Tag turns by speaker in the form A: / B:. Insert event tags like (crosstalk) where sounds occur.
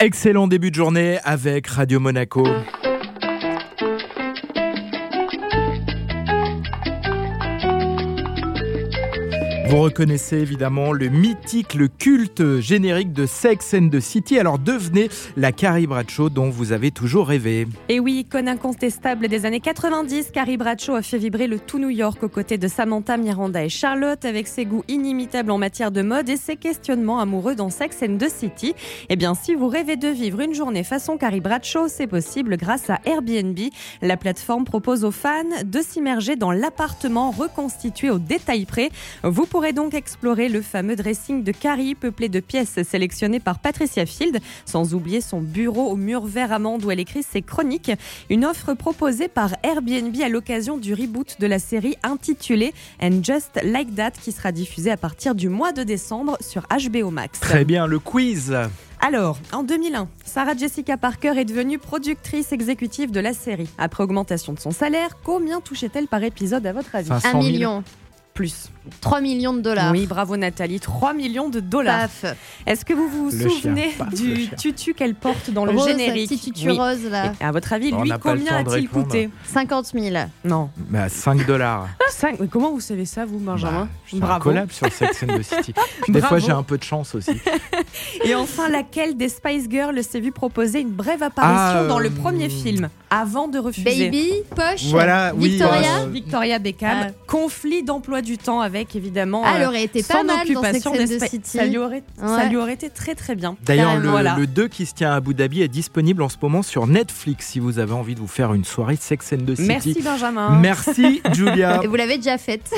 A: Excellent début de journée avec Radio Monaco. Vous reconnaissez évidemment le mythique, le culte générique de Sex and the City. Alors devenez la Carrie Bradshaw dont vous avez toujours rêvé.
B: Et oui, icône incontestable des années 90, Carrie Bradshaw a fait vibrer le tout New York aux côtés de Samantha, Miranda et Charlotte avec ses goûts inimitables en matière de mode et ses questionnements amoureux dans Sex and the City. Eh bien, si vous rêvez de vivre une journée façon Carrie Bradshaw, c'est possible grâce à Airbnb. La plateforme propose aux fans de s'immerger dans l'appartement reconstitué au détail près. Vous vous pourrez donc explorer le fameux dressing de Carrie, peuplé de pièces sélectionnées par Patricia Field, sans oublier son bureau au mur vert amande où elle écrit ses chroniques. Une offre proposée par Airbnb à l'occasion du reboot de la série intitulée And Just Like That, qui sera diffusée à partir du mois de décembre sur HBO Max.
A: Très bien, le quiz.
B: Alors, en 2001, Sarah Jessica Parker est devenue productrice exécutive de la série. Après augmentation de son salaire, combien touchait-elle par épisode à votre avis
A: 500
C: Un
A: 000.
C: million.
B: Plus.
C: 3 millions de dollars.
B: Oui, bravo Nathalie, 3 millions de dollars.
C: Paf.
B: Est-ce que vous vous
A: Le
B: souvenez
A: chien, pas le
B: du
A: chien.
B: tutu qu'elle porte dans le
C: Rose,
B: générique
C: Petit tutu
B: Oui.
C: rose là.
B: Et À votre avis,
A: Bah, On
B: lui,
A: n'a pas le
B: combien
A: temps de
B: a-t-il
A: répondre.
B: coûté
C: 50 000.
B: Non.
A: Bah, 5 dollars.
B: Cinq- mais Comment vous savez ça, vous, Benjamin
A: Bah, je suis un
B: Bravo.
A: collab sur Sex and the City. Des
B: Bravo.
A: fois, j'ai un peu de chance aussi.
B: Et enfin, laquelle des Spice Girls s'est vue proposer une brève apparition
A: Ah,
B: dans le
A: euh,
B: premier film avant de refuser
C: Baby, poche.
A: Voilà, oui,
C: Victoria.
A: euh,
B: Victoria Beckham,
C: Ah.
B: conflit d'emploi du temps avec évidemment
C: Ah, elle
B: euh,
C: aurait été
B: son
C: pas mal dans Sex
B: occupation
C: and
B: des
C: the
B: Spice-
C: City.
B: Ça lui, aurait, ça
C: Ouais.
B: lui aurait été très très bien.
A: D'ailleurs, le,
C: Carrément.
B: Voilà.
A: le 2 qui se tient à Abu Dhabi est disponible en ce moment sur Netflix si vous avez envie de vous faire une soirée Sex and the City.
B: hein. Merci Benjamin.
C: (laughs)
A: Merci Julia.
C: Et vous l'avez déjà faite.